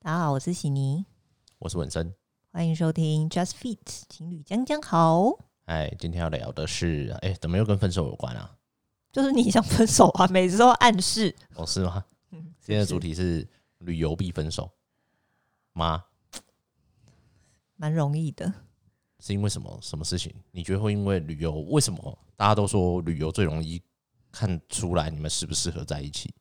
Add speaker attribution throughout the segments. Speaker 1: 大家好，我是喜妮，
Speaker 2: 我是文生。
Speaker 1: 欢迎收听 Just Fit 情侣将将好，
Speaker 2: 哎，今天要聊的是，哎，怎么又跟分手有关啊？
Speaker 1: 就是你想分手啊， 每次都暗示。
Speaker 2: 哦，是吗？
Speaker 1: 嗯，
Speaker 2: 今天的主题是旅游必分手吗？
Speaker 1: 蛮容易的，
Speaker 2: 是因为什么什么事情？你觉得会因为旅游？为什么大家都说旅游最容易看出来你们适不适合在一起？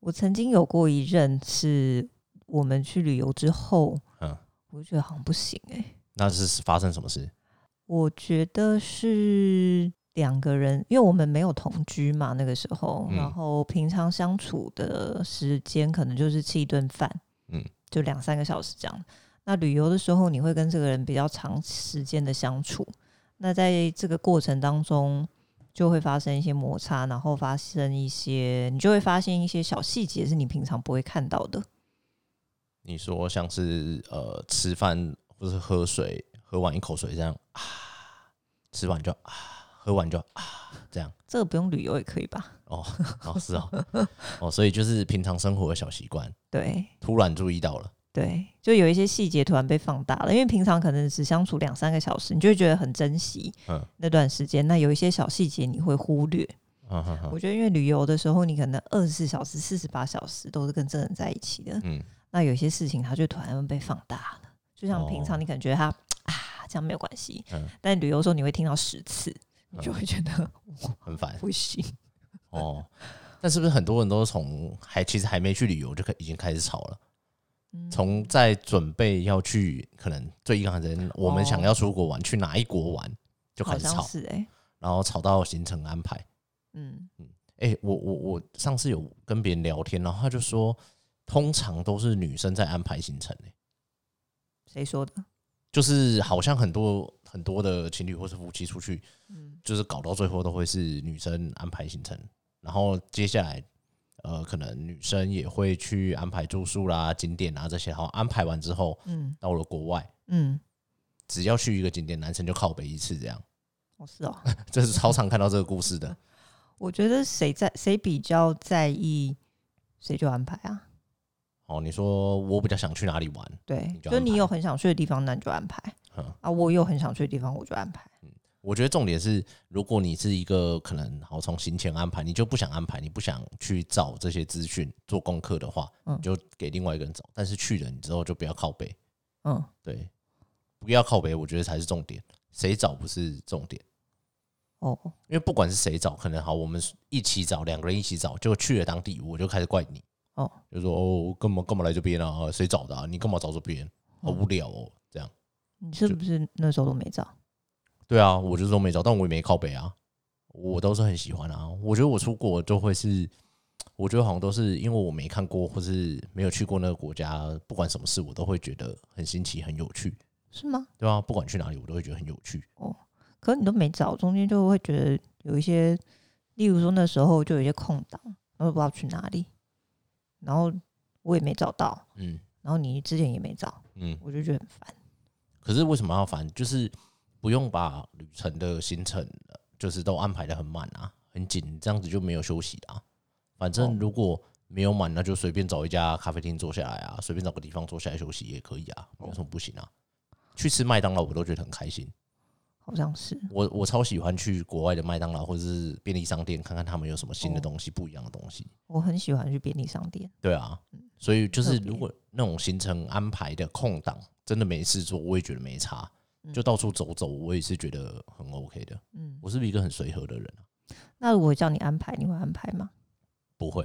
Speaker 1: 我曾经有过一任是我们去旅游之后，
Speaker 2: 嗯，
Speaker 1: 我就觉得好像不行哎、
Speaker 2: 那是发生什么事？
Speaker 1: 我觉得是两个人，因为我们没有同居嘛，那个时候，
Speaker 2: 嗯
Speaker 1: 然后平常相处的时间可能就是吃一顿饭，
Speaker 2: 嗯，
Speaker 1: 就两三个小时这样。那旅游的时候，你会跟这个人比较长时间的相处，那在这个过程当中，就会发生一些摩擦，然后发生一些，你就会发现一些小细节是你平常不会看到的。
Speaker 2: 你说像是呃吃饭或是喝水，喝完一口水这样啊，吃完就啊，喝完就啊，这样。
Speaker 1: 这个不用旅游也可以吧？
Speaker 2: 哦，哦是哦，哦，所以就是平常生活的小习惯，
Speaker 1: 对，
Speaker 2: 突然注意到了。
Speaker 1: 对，就有一些细节突然被放大了，因为平常可能只相处两三个小时，你就会觉得很珍惜
Speaker 2: 嗯
Speaker 1: 那段时间。那有一些小细节你会忽略。
Speaker 2: 嗯哼哼
Speaker 1: 我觉得，因为旅游的时候，你可能二十四小时、四十八小时都是跟这个人在一起的，
Speaker 2: 嗯，
Speaker 1: 那有些事情它就突然被放大了。就像平常
Speaker 2: 哦
Speaker 1: 你可能觉得他、啊这样没有关系，
Speaker 2: 嗯
Speaker 1: 但旅游的时候你会听到十次，你就会觉得
Speaker 2: 嗯 很烦
Speaker 1: 不 行。
Speaker 2: 哦。但是不是很多人都从还其实还没去旅游就可已经开始吵了？
Speaker 1: 嗯
Speaker 2: 从在准备要去，可能最一开始我们想要出国玩，去哪一国玩就
Speaker 1: 哦好
Speaker 2: 开始
Speaker 1: 像
Speaker 2: 吵，
Speaker 1: 是哎、
Speaker 2: 然后吵到行程安排。
Speaker 1: 嗯，
Speaker 2: 哎、我我我上次有跟别人聊天，然后他就说，通常都是女生在安排行程、欸，
Speaker 1: 谁说的？
Speaker 2: 就是好像很多很多的情侣或是夫妻出去，
Speaker 1: 嗯
Speaker 2: 就是搞到最后都会是女生安排行程，然后接下来呃，可能女生也会去安排住宿啦、景点啊这些。好，安排完之后
Speaker 1: 嗯
Speaker 2: 到了国外，
Speaker 1: 嗯，
Speaker 2: 只要去一个景点，男生就靠北一次，这样。
Speaker 1: 我、是哦。
Speaker 2: 这是超常看到这个故事的。
Speaker 1: 我觉得谁在谁比较在意，谁就安排啊。
Speaker 2: 哦，你说我比较想去哪里玩？
Speaker 1: 对
Speaker 2: 你，就
Speaker 1: 就
Speaker 2: 安
Speaker 1: 你
Speaker 2: 排
Speaker 1: 有很想去的地方，那你就安排
Speaker 2: 嗯
Speaker 1: 啊。我有很想去的地方，我就安排。
Speaker 2: 我觉得重点是，如果你是一个可能好从行前安排，你就不想安排，你不想去找这些资讯做功课的话，
Speaker 1: 嗯
Speaker 2: 你就给另外一个人找。但是去了你之后就不要靠北，
Speaker 1: 嗯，
Speaker 2: 对，不要靠北，我觉得才是重点。谁找不是重点，
Speaker 1: 哦，
Speaker 2: 因为不管是谁找，可能好，我们一起找，两个人一起找，就去了当地，我就开始怪你，
Speaker 1: 哦，
Speaker 2: 就说哦，干嘛干嘛来这边啊？谁找的、啊？你干嘛找这边？好
Speaker 1: 嗯
Speaker 2: 无聊哦，这样。
Speaker 1: 你是
Speaker 2: 就
Speaker 1: 不是那时候都没找？
Speaker 2: 对啊，我就说没找，但我也没靠北啊，我都是很喜欢啊。我觉得我出国就会是，我觉得好像都是因为我没看过或是没有去过那个国家，不管什么事我都会觉得很新奇、很有趣，
Speaker 1: 是吗？
Speaker 2: 对啊，不管去哪里我都会觉得很有趣。
Speaker 1: 可是你都没找，中间就会觉得有一些，例如说那时候就有一些空档，然后不知道去哪里，然后我也没找到，
Speaker 2: 嗯
Speaker 1: 然后你之前也没找，
Speaker 2: 嗯，
Speaker 1: 我就觉得很烦。
Speaker 2: 可是为什么要烦？就是不用把旅程的行程呃就是都安排的很满啊，很紧，这样子就没有休息啊。反
Speaker 1: 哦
Speaker 2: 正如果没有满，那就随便找一家咖啡厅坐下来啊，随便找个地方坐下来休息也可以啊，没有什么不行啊。去吃麦当劳我都觉得很开心，
Speaker 1: 好像是，
Speaker 2: 我我超喜欢去国外的麦当劳或者是便利商店看看他们有什么新的
Speaker 1: 哦
Speaker 2: 东西、不一样的东西。
Speaker 1: 我很喜欢去便利商店。
Speaker 2: 对啊，
Speaker 1: 嗯
Speaker 2: 所以就
Speaker 1: 特
Speaker 2: 是
Speaker 1: 别
Speaker 2: 如果那种行程安排的空档真的没事做，我也觉得没差，
Speaker 1: 嗯
Speaker 2: 就到处走走，我也是觉得很 OK 的。
Speaker 1: 嗯，
Speaker 2: 我是不是一个很随和的人啊？
Speaker 1: 那如果叫你安排，你会安排吗？
Speaker 2: 不会，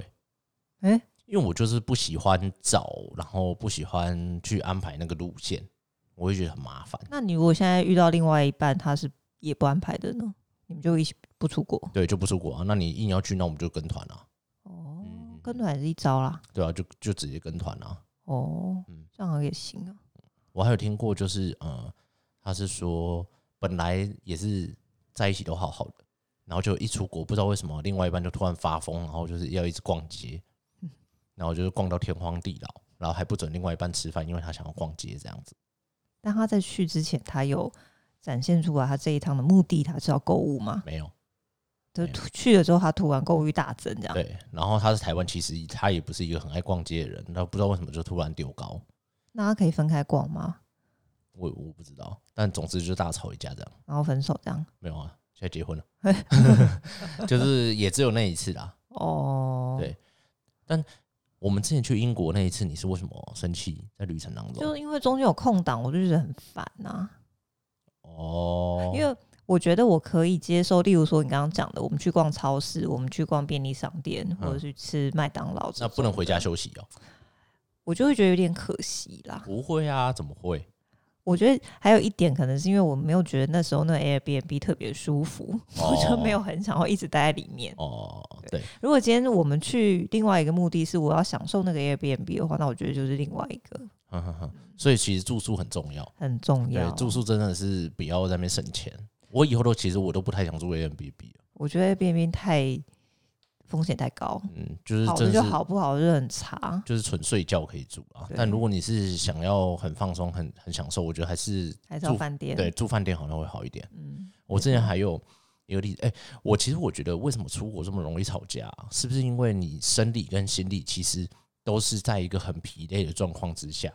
Speaker 1: 诶
Speaker 2: 因为我就是不喜欢找，然后不喜欢去安排那个路线，我会觉得很麻烦。
Speaker 1: 那你如果现在遇到另外一半，他是也不安排的呢，你们就一起不出国
Speaker 2: 对，就不出国啊。那你硬要去，那我们就跟团啊。
Speaker 1: 哦，
Speaker 2: 嗯
Speaker 1: 跟团也是一招啦。
Speaker 2: 对啊，就就直接跟团啊。
Speaker 1: 哦，
Speaker 2: 嗯
Speaker 1: 这样好像也行啊。
Speaker 2: 我还有听过，就是呃，他是说本来也是在一起都好好的，然后就一出国，不知道为什么另外一半就突然发疯，然后就是要一直逛街，
Speaker 1: 嗯
Speaker 2: 然后就是逛到天荒地老，然后还不准另外一半吃饭，因为他想要逛街这样子。
Speaker 1: 但他在去之前，他有展现出来他这一趟的目的，他是要购物嘛？
Speaker 2: 没有
Speaker 1: 就
Speaker 2: 没有
Speaker 1: 突去了之后，他突然购物欲大增，这样。
Speaker 2: 对，然后他是台湾，其实他也不是一个很爱逛街的人，然后不知道为什么就突然丢高，
Speaker 1: 那他可以分开逛吗？
Speaker 2: 我我不知道，但总之就大吵一架这样。
Speaker 1: 然后分手这样？
Speaker 2: 没有啊，现在结 婚了，就是也只有那一次啦。
Speaker 1: 哦，
Speaker 2: 对我们之前去英国那一次，你是为什么生气？在旅程当
Speaker 1: 就
Speaker 2: 中，
Speaker 1: 是因为中间有空档，我就觉得很烦啊呐、
Speaker 2: 哦，
Speaker 1: 因为我觉得我可以接受，例如说你刚刚讲的，我们去逛超市，我们去逛便利商店，或者去吃麦当劳，
Speaker 2: 嗯那不能回家，休息 哦、
Speaker 1: 我就会觉得有点可惜啦。
Speaker 2: 不会啊，怎么会？
Speaker 1: 我觉得还有一点，可能是因为我没有觉得那时候那 Airbnb 特别舒服，我就没有很想要一直待在里面。
Speaker 2: 哦，对，
Speaker 1: 如果今天我们去另外一个目的是我要享受那个 Airbnb 的话，那我觉得就是另外一个
Speaker 2: 哼哼哼，所以其实住宿很重要。
Speaker 1: 很重要
Speaker 2: 对，。住宿真的是不要在那边省钱。我以后都其实我都不太想住 A M B B，
Speaker 1: 我觉得 Airbnb 太风险太高，
Speaker 2: 嗯，就是
Speaker 1: 好
Speaker 2: 真
Speaker 1: 的就
Speaker 2: 的是
Speaker 1: 好，不好的就很差。
Speaker 2: 就是纯睡觉可以住啊。
Speaker 1: 对
Speaker 2: 但如果你是想要很放松、很很享受，我觉得还是
Speaker 1: 还是要
Speaker 2: 住
Speaker 1: 饭店
Speaker 2: 对住饭店好像会好一点。
Speaker 1: 嗯，
Speaker 2: 我之前还有一个例子，哎、我其实我觉得为什么出国这么容易吵架啊、是不是因为你生理跟心理其实都是在一个很疲累的状况之下？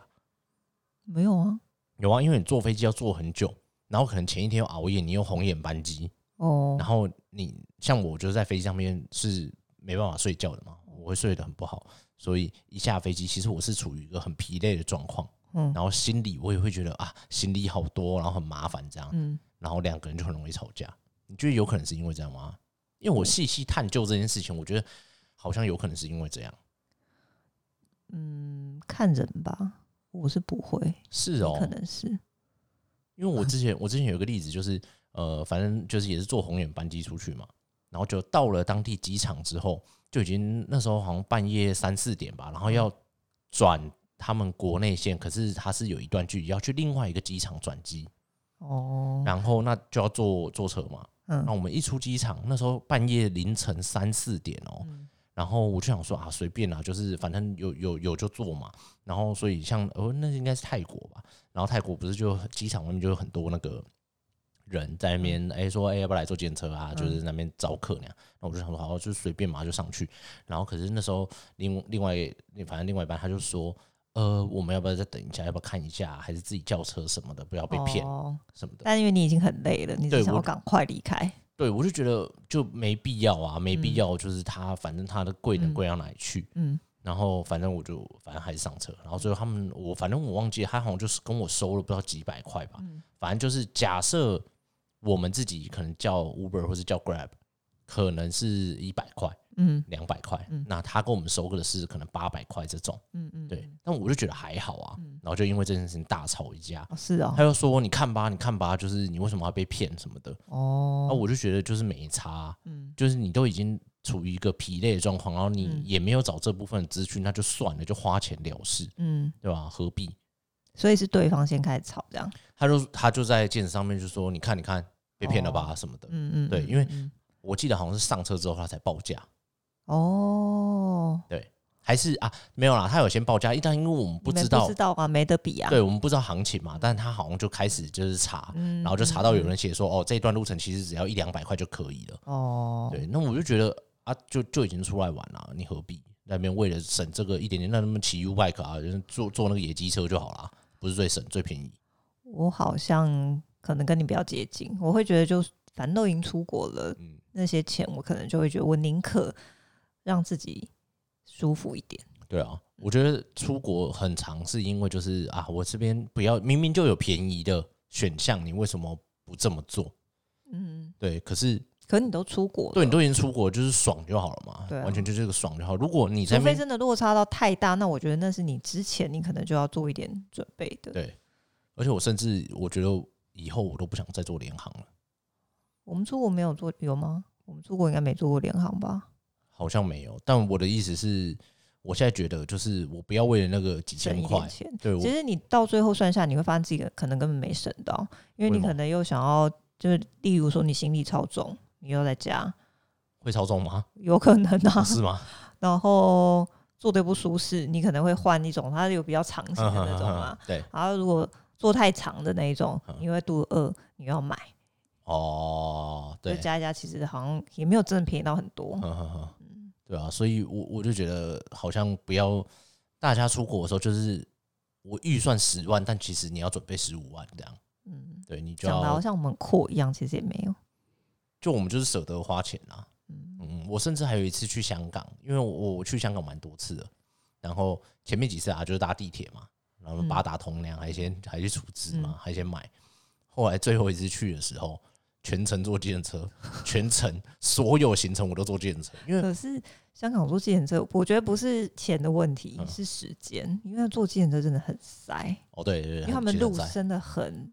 Speaker 1: 没有啊，
Speaker 2: 有啊，因为你坐飞机要坐很久，然后可能前一天又熬夜，你又红眼班机，
Speaker 1: 哦
Speaker 2: 然，后你像我就是在飞机上面是没办法睡觉的嘛，我会睡得很不好，所以一下飞机，其实我是处于一个很疲累的状况，
Speaker 1: 嗯
Speaker 2: 然后心里我也会觉得啊，行李好多，然后很麻烦这样，
Speaker 1: 嗯，
Speaker 2: 然后两个人就很容易吵架。你觉得有可能是因为这样吗？因为我细细探究这件事情，我觉得好像有可能是因为这样。
Speaker 1: 嗯，看人吧，我是不会，
Speaker 2: 是
Speaker 1: 可
Speaker 2: 哦，
Speaker 1: 能是
Speaker 2: 因为我之前我之前有一个例子，就是呃，反正就是也是坐红眼班机出去嘛，然后就到了当地机场之后，就已经那时候好像半夜三四点吧，然后要转他们国内线，可是它是有一段距离要去另外一个机场转机，
Speaker 1: 哦，
Speaker 2: 然后那就要坐坐车嘛。那
Speaker 1: 嗯
Speaker 2: 我们一出机场，那时候半夜凌晨三四点哦、
Speaker 1: 嗯
Speaker 2: 然后我就想说啊，随便啦、就是反正有有有就做嘛。然后所以像哦，那应该是泰国吧。然后泰国不是就机场外面就有很多那个人在那
Speaker 1: 嗯
Speaker 2: 边哎、说哎、要不要来坐电车啊，就是那边招客那样。那我就想说好，就随便嘛就上去。然后可是那时候另另外反正另外一班他就说呃我们要不要再等一下，要不要看一下，啊还是自己叫车什么的，不要被骗
Speaker 1: 哦
Speaker 2: 什么的。
Speaker 1: 但因为你已经很累了，你只
Speaker 2: 对
Speaker 1: 想
Speaker 2: 我
Speaker 1: 要赶快离开，
Speaker 2: 对我就觉得就没必要啊，没必
Speaker 1: 嗯
Speaker 2: 要，就是他反正他的贵能
Speaker 1: 嗯
Speaker 2: 贵到哪里去。
Speaker 1: 嗯，
Speaker 2: 然后反正我就反正还是上车，然后最后他们我反正我忘记了，他好像就是跟我收了不知道几百块吧，
Speaker 1: 嗯
Speaker 2: 反正就是假设我们自己可能叫 Uber 或是叫 Grab，可能是一百块、
Speaker 1: 嗯
Speaker 2: 两百块，
Speaker 1: 嗯
Speaker 2: 那他跟我们收个的是可能八百块这种，
Speaker 1: 嗯嗯，
Speaker 2: 对，但我就觉得还好啊，
Speaker 1: 嗯
Speaker 2: 然后就因为这件事情大吵一架，
Speaker 1: 哦，是哦
Speaker 2: 他，就说你看吧，你看吧，就是你为什么要被骗什么的，那
Speaker 1: 哦，
Speaker 2: 我就觉得就是没差啊、
Speaker 1: 嗯
Speaker 2: 就是你都已经处于一个疲累的状况，然后你
Speaker 1: 嗯
Speaker 2: 也没有找这部分的资讯，那就算了，就花钱了事，
Speaker 1: 嗯，
Speaker 2: 对吧？何必？
Speaker 1: 所以是对方先开始吵这样，
Speaker 2: 他就他就在健身上面就说：“你看，你看，被骗了吧？什么的。
Speaker 1: 嗯嗯，
Speaker 2: 对
Speaker 1: 嗯
Speaker 2: 因为
Speaker 1: 嗯
Speaker 2: 我记得好像是上车之后他才报价，
Speaker 1: 哦，
Speaker 2: 还是啊没有啦，他有先报价，但因为我们不
Speaker 1: 你们
Speaker 2: 知道，
Speaker 1: 知道啊，没得比啊，
Speaker 2: 对我们不知道行情嘛，但他好像就开始就是查，
Speaker 1: 嗯，
Speaker 2: 然
Speaker 1: 然
Speaker 2: 后就查到有人写说：“哦，这一段路程其实只要一两百块就可以了。”
Speaker 1: 哦，
Speaker 2: 对，那我就觉得啊，就就已经出来玩了，啊你何必在那边为了省这个一点点，那他们骑 U bike 啊，就是坐坐那个野鸡车就好啦，不是最省最便宜。
Speaker 1: 我好像可能跟你比较接近，我会觉得就是反正都已经出国了，
Speaker 2: 嗯，
Speaker 1: 那些钱我可能就会觉得我宁可让自己舒服一点。
Speaker 2: 对啊，我觉得出国很长是因为就是啊，我这边不要明明就有便宜的选项，你为什么不这么做？
Speaker 1: 嗯，
Speaker 2: 对，可是
Speaker 1: 可你都出国了，
Speaker 2: 对你都已经出国，就是爽就好了嘛，
Speaker 1: 对啊
Speaker 2: 完全就是个爽就好。如果你在
Speaker 1: 除非
Speaker 2: 那边
Speaker 1: 真的落差到太大，那我觉得那是你之前你可能就要做一点准备的。
Speaker 2: 对，而且我甚至我觉得以后我都不想再做联航了，
Speaker 1: 我们出国没有做有吗？我们出国应该没做过联航吧？
Speaker 2: 好像没有。但我的意思是，我现在觉得就是我不要为了那个几
Speaker 1: 省
Speaker 2: 千
Speaker 1: 一点
Speaker 2: 块，
Speaker 1: 钱。
Speaker 2: 对我
Speaker 1: 其实你到最后算下，你会发现自己可能根本没省到，因为
Speaker 2: 为
Speaker 1: 你
Speaker 2: 什
Speaker 1: 可
Speaker 2: 么
Speaker 1: 能又想要，就是例如说你行李超重，你又在家，
Speaker 2: 会操 纵吗？
Speaker 1: 有可能啊，
Speaker 2: 是吗？
Speaker 1: 然后坐的不舒适，你可能会换一种，它有比较长型的那种嘛。
Speaker 2: 对，
Speaker 1: 然后如果坐太长的那一种
Speaker 2: 嗯，
Speaker 1: 你会肚子饿，你要买，
Speaker 2: 哦，
Speaker 1: 就
Speaker 2: 对，
Speaker 1: 加一加，其实好像也没有真的便宜到很多。
Speaker 2: 嗯哼 哼，对啊，所以我我就觉得好像不要大家出国的时候，就是我预算十万，但其实你要准备十五万这样，
Speaker 1: 嗯，
Speaker 2: 对你就
Speaker 1: 讲的好
Speaker 2: 要
Speaker 1: 像我们阔一样，其实也没有。
Speaker 2: 就我们就是舍得花钱啊。
Speaker 1: 嗯，
Speaker 2: 嗯，我甚至还有一次去香港，因为我我去香港蛮多次的，然后前面几次啊就是搭地铁嘛，然后
Speaker 1: 嗯
Speaker 2: 八达通那样还先还去储值嘛
Speaker 1: 嗯，
Speaker 2: 还先买，后来最后一次去的时候，全程坐计程车，全程所有行程我都坐计程车，因为
Speaker 1: 可是香港坐计程车，我觉得不是钱的问题，
Speaker 2: 嗯
Speaker 1: 是时间，因为坐计程车真的很塞，
Speaker 2: 哦对对对，
Speaker 1: 因为他
Speaker 2: 很
Speaker 1: 们
Speaker 2: 记得
Speaker 1: 路
Speaker 2: 在
Speaker 1: 真的很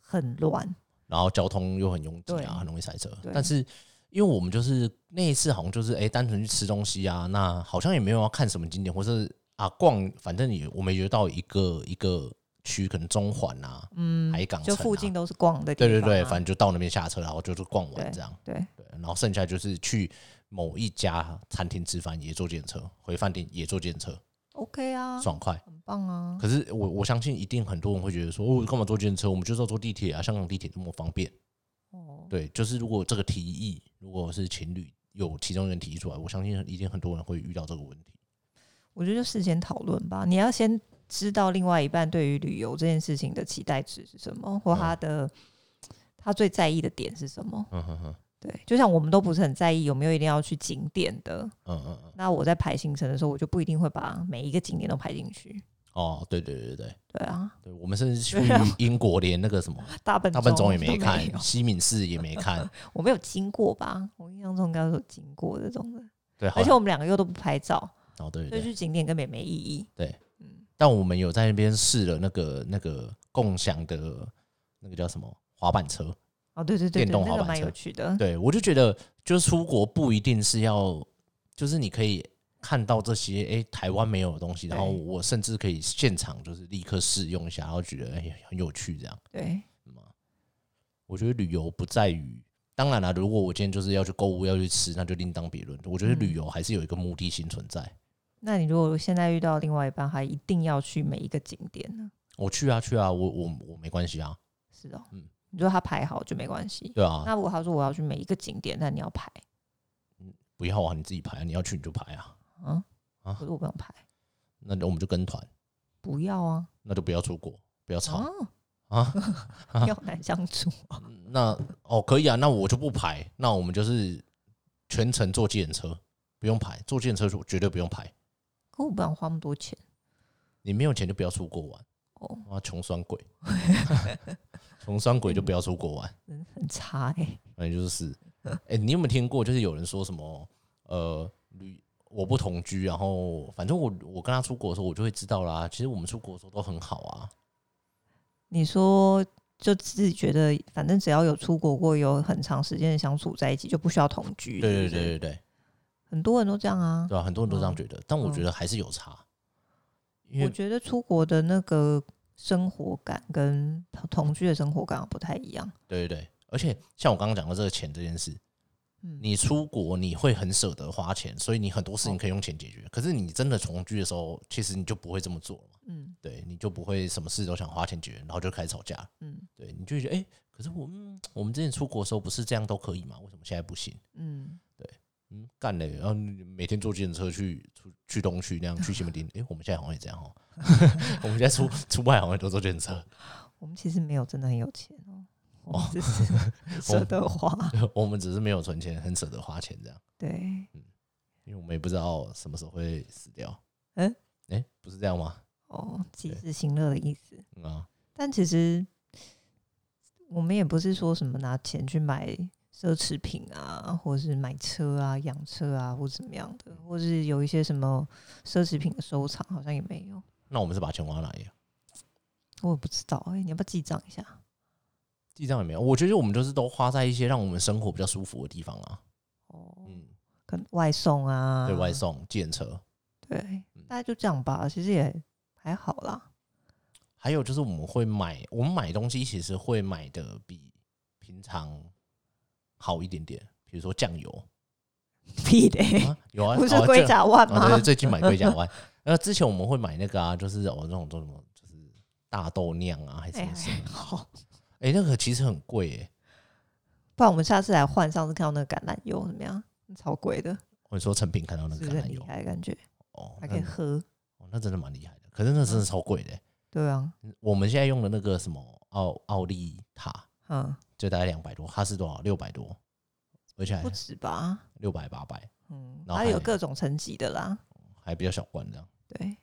Speaker 1: 很乱。
Speaker 2: 然后交通又很拥挤
Speaker 1: 对
Speaker 2: 啊，很容易塞车
Speaker 1: 对。
Speaker 2: 但是因为我们就是那一次好像就是哎、诶单纯去吃东西啊，那好像也没有要看什么景点，或是啊逛，反正也我们也就到一个一个区，可能中环啊、
Speaker 1: 嗯，
Speaker 2: 海港、城
Speaker 1: 就
Speaker 2: 啊
Speaker 1: 附近。都是逛的地
Speaker 2: 对
Speaker 1: 方、
Speaker 2: 对
Speaker 1: 啊。
Speaker 2: 对，反正就到那边下车，然后就是逛完这样。
Speaker 1: 对，
Speaker 2: 对，然后剩下就是去某一家餐厅吃饭，也坐电车；回饭店也坐电车，
Speaker 1: OK 啊，
Speaker 2: 爽快。
Speaker 1: 很棒啊。
Speaker 2: 可是我我相信一定很多人会觉得说，哦，干嘛坐电车？我们就是要坐地铁啊，香港地铁那么方便。
Speaker 1: 哦，
Speaker 2: 对，就是如果这个提议，如果是情侣有其中一个人提出来，我相信一定很多人会遇到这个问题。
Speaker 1: 我觉得就事先讨论吧。你要先知道另外一半对于旅游这件事情的期待值是什么，或他的、他最在意的点是什么。
Speaker 2: 嗯哼哼，
Speaker 1: 对，就像我们都不是很在意有没有一定要去景点的。
Speaker 2: 嗯嗯嗯，
Speaker 1: 那我在排行程的时候，我就不一定会把每一个景点都排进去。
Speaker 2: 哦，对对对对
Speaker 1: 对啊，
Speaker 2: 对，我们甚至去
Speaker 1: 对啊
Speaker 2: 英国连那个什么
Speaker 1: 大笨
Speaker 2: 大笨钟
Speaker 1: 钟
Speaker 2: 也
Speaker 1: 都
Speaker 2: 没看，
Speaker 1: 有
Speaker 2: 西敏寺也 没看，
Speaker 1: 我没有经过吧？我印象中应该是有经过这种的，
Speaker 2: 对，好
Speaker 1: 而且我们两个又都不拍照，
Speaker 2: 哦对
Speaker 1: 所
Speaker 2: 对
Speaker 1: 以
Speaker 2: 对，
Speaker 1: 去景点根本也没意义。
Speaker 2: 但我们有在那边试了那个那个共享的那个叫什么滑板车，
Speaker 1: 哦，对对对
Speaker 2: 电
Speaker 1: 对，
Speaker 2: 动
Speaker 1: 那个
Speaker 2: 滑板
Speaker 1: 蛮
Speaker 2: 车
Speaker 1: 有趣的。
Speaker 2: 对我就觉得就是出国不一定是要，就是你可以。看到这些诶，台湾没有的东西，然后
Speaker 1: 对
Speaker 2: 我甚至可以现场就是立刻试用一下，然后觉得哎、很有趣这样。
Speaker 1: 对，
Speaker 2: 我觉得旅游不在于，当然了，如果我今天就是要去购物要去吃，那就另当别论。我觉得
Speaker 1: 嗯
Speaker 2: 旅游还是有一个目的性存在。
Speaker 1: 那你如果现在遇到另外一半，还一定要去每一个景点呢？
Speaker 2: 我去啊去啊，我我我没关系啊，
Speaker 1: 是哦，
Speaker 2: 嗯
Speaker 1: 你说他排好就没关系。
Speaker 2: 对啊，
Speaker 1: 那如果他说我要去每一个景点，那你要排，
Speaker 2: 不要啊，你自己排啊，你要去你就排啊，
Speaker 1: 嗯，
Speaker 2: 啊
Speaker 1: 可是我不用排，
Speaker 2: 那我们就跟团，
Speaker 1: 不要啊，
Speaker 2: 那就不要出国，不要吵。
Speaker 1: 啊， 要难相处，
Speaker 2: 那哦可以啊，那我就不排，那我们就是全程坐计程车，不用排，坐计程车绝对不用排。
Speaker 1: 可我不想花那么多钱
Speaker 2: 你没有钱就不要出国玩，
Speaker 1: 哦，
Speaker 2: 啊，穷酸鬼，穷酸鬼就不要出国玩。
Speaker 1: 人很差哎、
Speaker 2: 反正就是，哎、你有没有听过？就是有人说什么，呃，旅我不同居，然后反正我我跟他出国的时候，我就会知道啦。其实我们出国的时候都很好啊，
Speaker 1: 你说就自己觉得，反正只要有出国过，有很长时间的相处在一起，就不需要同居。是
Speaker 2: 对对
Speaker 1: 不
Speaker 2: 对
Speaker 1: 是，
Speaker 2: 对对，
Speaker 1: 很多人都这样啊。
Speaker 2: 对啊，很多人都这样觉得，但我
Speaker 1: 嗯
Speaker 2: 觉得还是有差，因
Speaker 1: 我
Speaker 2: 为
Speaker 1: 觉得出国的那个生活感跟同同居的生活感不太一样。
Speaker 2: 对对对，而且像我刚刚讲的这个钱这件事，
Speaker 1: 嗯，
Speaker 2: 你出国你会很舍得花钱，所以你很多事情可以用钱解决。可是你真的同居的时候，其实你就不会这么做了嘛，
Speaker 1: 嗯
Speaker 2: 对，你就不会什么事都想花钱解决，然后就开始吵架。
Speaker 1: 嗯
Speaker 2: 对，你就会觉得哎、诶可是我们我们之前出国的时候不是这样都可以吗？为什么现在不行？
Speaker 1: 嗯，
Speaker 2: 嗯，干嘞，然后你每天坐计程车去出去东区那样去西门町，哎、我们现在好像也这样哦，我们现在出出外好像也都坐计程车，
Speaker 1: 我们其实没有真的很有钱哦，我们只是
Speaker 2: 哦
Speaker 1: 舍得花。
Speaker 2: 我们只是没有存钱，很舍得花钱这样，
Speaker 1: 对，
Speaker 2: 因为我们也不知道什么时候会死掉。
Speaker 1: 嗯
Speaker 2: 哎、不是这样吗？
Speaker 1: 哦，及
Speaker 2: 对
Speaker 1: 时行乐的意思。
Speaker 2: 嗯啊，
Speaker 1: 但其实我们也不是说什么拿钱去买奢侈品啊，或是买车啊、养车啊，或怎么样的，或是有一些什么奢侈品的收藏，好像也没有。
Speaker 2: 那我们是把钱花哪里啊？
Speaker 1: 我也不知道哎、你要不要记账一下？
Speaker 2: 记账也没有，我觉得我们就是都花在一些让我们生活比较舒服的地方啊，
Speaker 1: 哦，
Speaker 2: 嗯，
Speaker 1: 跟外送啊，
Speaker 2: 对外送、计程车，
Speaker 1: 对
Speaker 2: 嗯，
Speaker 1: 大概就这样吧，其实也还好啦。
Speaker 2: 还有就是我们会买，我们买东西其实会买的比平常好一点点，比如说酱油
Speaker 1: 屁的，
Speaker 2: 啊，有啊，
Speaker 1: 不是
Speaker 2: 哦
Speaker 1: 龟
Speaker 2: 这
Speaker 1: 甲万
Speaker 2: 啊
Speaker 1: 吗？
Speaker 2: 对，最近买龟甲湾。那之前我们会买那个啊，就是哦那种叫什么，就是大豆酿啊，还是什
Speaker 1: 哎
Speaker 2: 么什么？
Speaker 1: 好，
Speaker 2: 哎、那个其实很贵诶、
Speaker 1: 不然我们下次来换上次看到那个橄榄油怎么样？超贵的，
Speaker 2: 我说成品看到那
Speaker 1: 是
Speaker 2: 个
Speaker 1: 不
Speaker 2: 橄
Speaker 1: 是
Speaker 2: 榄
Speaker 1: 很厉
Speaker 2: 油
Speaker 1: 害？感觉
Speaker 2: 哦，
Speaker 1: 还
Speaker 2: 那
Speaker 1: 可以喝。
Speaker 2: 哦那真的蛮厉害的。可是那真的超贵的欸、
Speaker 1: 对啊，
Speaker 2: 我们现在用的那个什么奥奥利塔，
Speaker 1: 嗯，
Speaker 2: 就大概两百多，它是多少？六百多，而且还
Speaker 1: 不止吧，
Speaker 2: 六百八百，
Speaker 1: 嗯，
Speaker 2: 哎然后
Speaker 1: 它有
Speaker 2: 还
Speaker 1: 各种层级的啦，
Speaker 2: 还比较小罐这样。
Speaker 1: 对。
Speaker 2: 嗯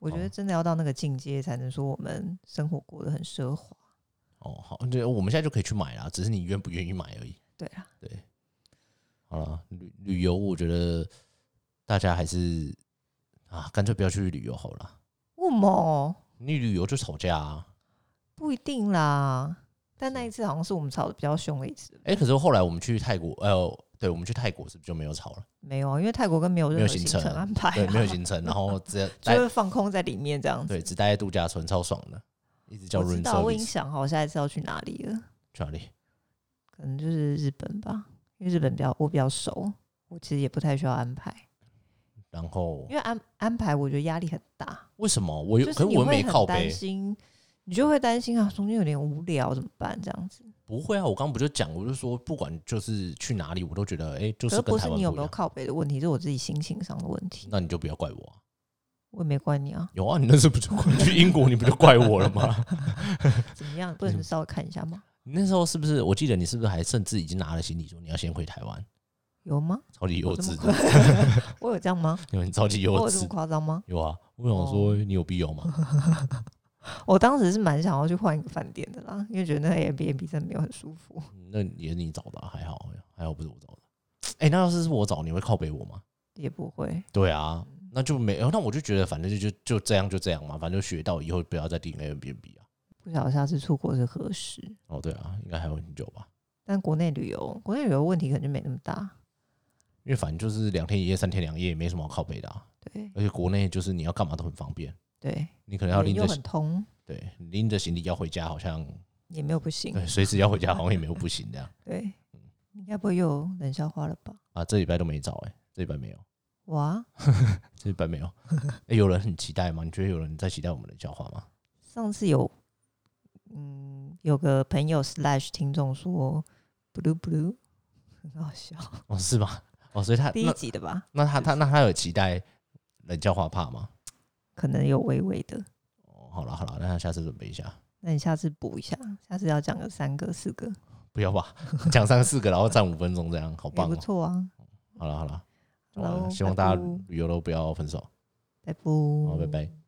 Speaker 1: 我觉
Speaker 2: 好
Speaker 1: 得真的要到那个境界，才能说我们生活过得很奢华。
Speaker 2: 哦，好，对，我们现在就可以去买啦，只是你愿不愿意买而已。
Speaker 1: 对啊，
Speaker 2: 对，好了，旅旅游，我觉得大家还是啊，干脆不要去旅游好了。
Speaker 1: 为么？
Speaker 2: 你旅游就吵架啊？
Speaker 1: 不一定啦。但那一次好像是我们吵的比较凶的一次，
Speaker 2: 哎、可是后来我们去泰国，呃，对，我们去泰国是不是就没有吵了？
Speaker 1: 没有啊，因为泰国跟没有
Speaker 2: 没
Speaker 1: 任
Speaker 2: 有
Speaker 1: 何
Speaker 2: 行
Speaker 1: 行
Speaker 2: 程
Speaker 1: 程安排、啊，
Speaker 2: 对，没有行程，然后直接
Speaker 1: 就
Speaker 2: 待
Speaker 1: 会放空在里面这样子。
Speaker 2: 对，只待在度假村，超爽的，一直叫
Speaker 1: 我知
Speaker 2: room
Speaker 1: 道，我已
Speaker 2: service
Speaker 1: 经想好我下一次要去哪里了，
Speaker 2: 去哪里？
Speaker 1: 可能就是日本吧，因为日本比较我比较熟，我其实也不太需要安排，
Speaker 2: 然后
Speaker 1: 因为安安排我觉得压力很大，
Speaker 2: 为什么我有？
Speaker 1: 就
Speaker 2: 可
Speaker 1: 是
Speaker 2: 是
Speaker 1: 你
Speaker 2: 我又
Speaker 1: 会
Speaker 2: 没靠
Speaker 1: 很担
Speaker 2: 背，
Speaker 1: 心，你就会担心啊，中间有点无聊怎么办这样子？
Speaker 2: 不会啊！我刚刚不就讲，我就说不管就是去哪里，我都觉得哎、诶
Speaker 1: 可
Speaker 2: 就是
Speaker 1: 是
Speaker 2: 跟
Speaker 1: 不
Speaker 2: 台
Speaker 1: 是
Speaker 2: 湾
Speaker 1: 你有
Speaker 2: 不一
Speaker 1: 没有
Speaker 2: 样。
Speaker 1: 靠北的问题，是我自己心情上的问题，
Speaker 2: 那你就不要怪我啊、
Speaker 1: 我也没怪你啊，
Speaker 2: 有啊，你那次不就去英国，你不就怪我了吗？
Speaker 1: 怎么样？不能稍微看一下吗？
Speaker 2: 你那时候是不是？我记得你是不是还甚至已经拿了行李说你要先回台湾？
Speaker 1: 有吗？
Speaker 2: 超级幼
Speaker 1: 我这么
Speaker 2: 稚
Speaker 1: 夸
Speaker 2: 的，
Speaker 1: 我有这样 吗？
Speaker 2: 因为你超级幼
Speaker 1: 我有这么哦
Speaker 2: 稚。
Speaker 1: 夸张吗？
Speaker 2: 有啊，我想说你有必要吗？
Speaker 1: 我当时是蛮想要去换一个饭店的啦，因为觉得那个 Airbnb 真的没有很舒服。
Speaker 2: 那也是你找的啊、还好，还好不是我找的。哎、那要是是我找，你会靠北我吗？
Speaker 1: 也不会，
Speaker 2: 对啊，那就没，那我就觉得反正就就就这样就这样嘛，反正就学到以后不要再订 Airbnb 啊。
Speaker 1: 不晓得下次出国是何时。
Speaker 2: 哦，对啊，应该还有很久吧，
Speaker 1: 但国内旅游，国内旅游问题可能就没那么大。
Speaker 2: 因为反正就是两天一夜、三天两夜也没什么好靠北的、啊，
Speaker 1: 对
Speaker 2: 而且国内就是你要干嘛都很方便，
Speaker 1: 对，
Speaker 2: 你可能要
Speaker 1: 人
Speaker 2: 拎着
Speaker 1: 又很通，
Speaker 2: 对，拎着行李要回家，好像
Speaker 1: 也没有不行。
Speaker 2: 对，嗯随时要回家好像也没有不行这样
Speaker 1: 对，应该不会又有冷笑话了吧？
Speaker 2: 啊。这礼拜都没找哎、这礼拜没有，
Speaker 1: 哇，
Speaker 2: 这礼拜没有。 哎、有人很期待吗？你觉得有人在期待我们的笑话吗？
Speaker 1: 上次有，嗯，有个朋友 slash 听众说，blue blue，很 好笑，
Speaker 2: 哦，是吗？哦，所以他
Speaker 1: 第一
Speaker 2: 那
Speaker 1: 集的吧，
Speaker 2: 那他他那他有期待冷笑话怕吗？
Speaker 1: 可能有微微的。
Speaker 2: 哦，好了好了，那他下次准备一下，
Speaker 1: 那你下次补一下，下次要讲个三个四个，
Speaker 2: 不要吧， 讲三四个，然后站五分钟这样，好
Speaker 1: 也
Speaker 2: 棒
Speaker 1: 不
Speaker 2: 哦。
Speaker 1: 错啊。
Speaker 2: 好了好了，好
Speaker 1: Hello，
Speaker 2: 了，希望大
Speaker 1: 拜
Speaker 2: 家
Speaker 1: 拜
Speaker 2: 旅游都不要分手。
Speaker 1: 拜拜，
Speaker 2: 好，拜拜。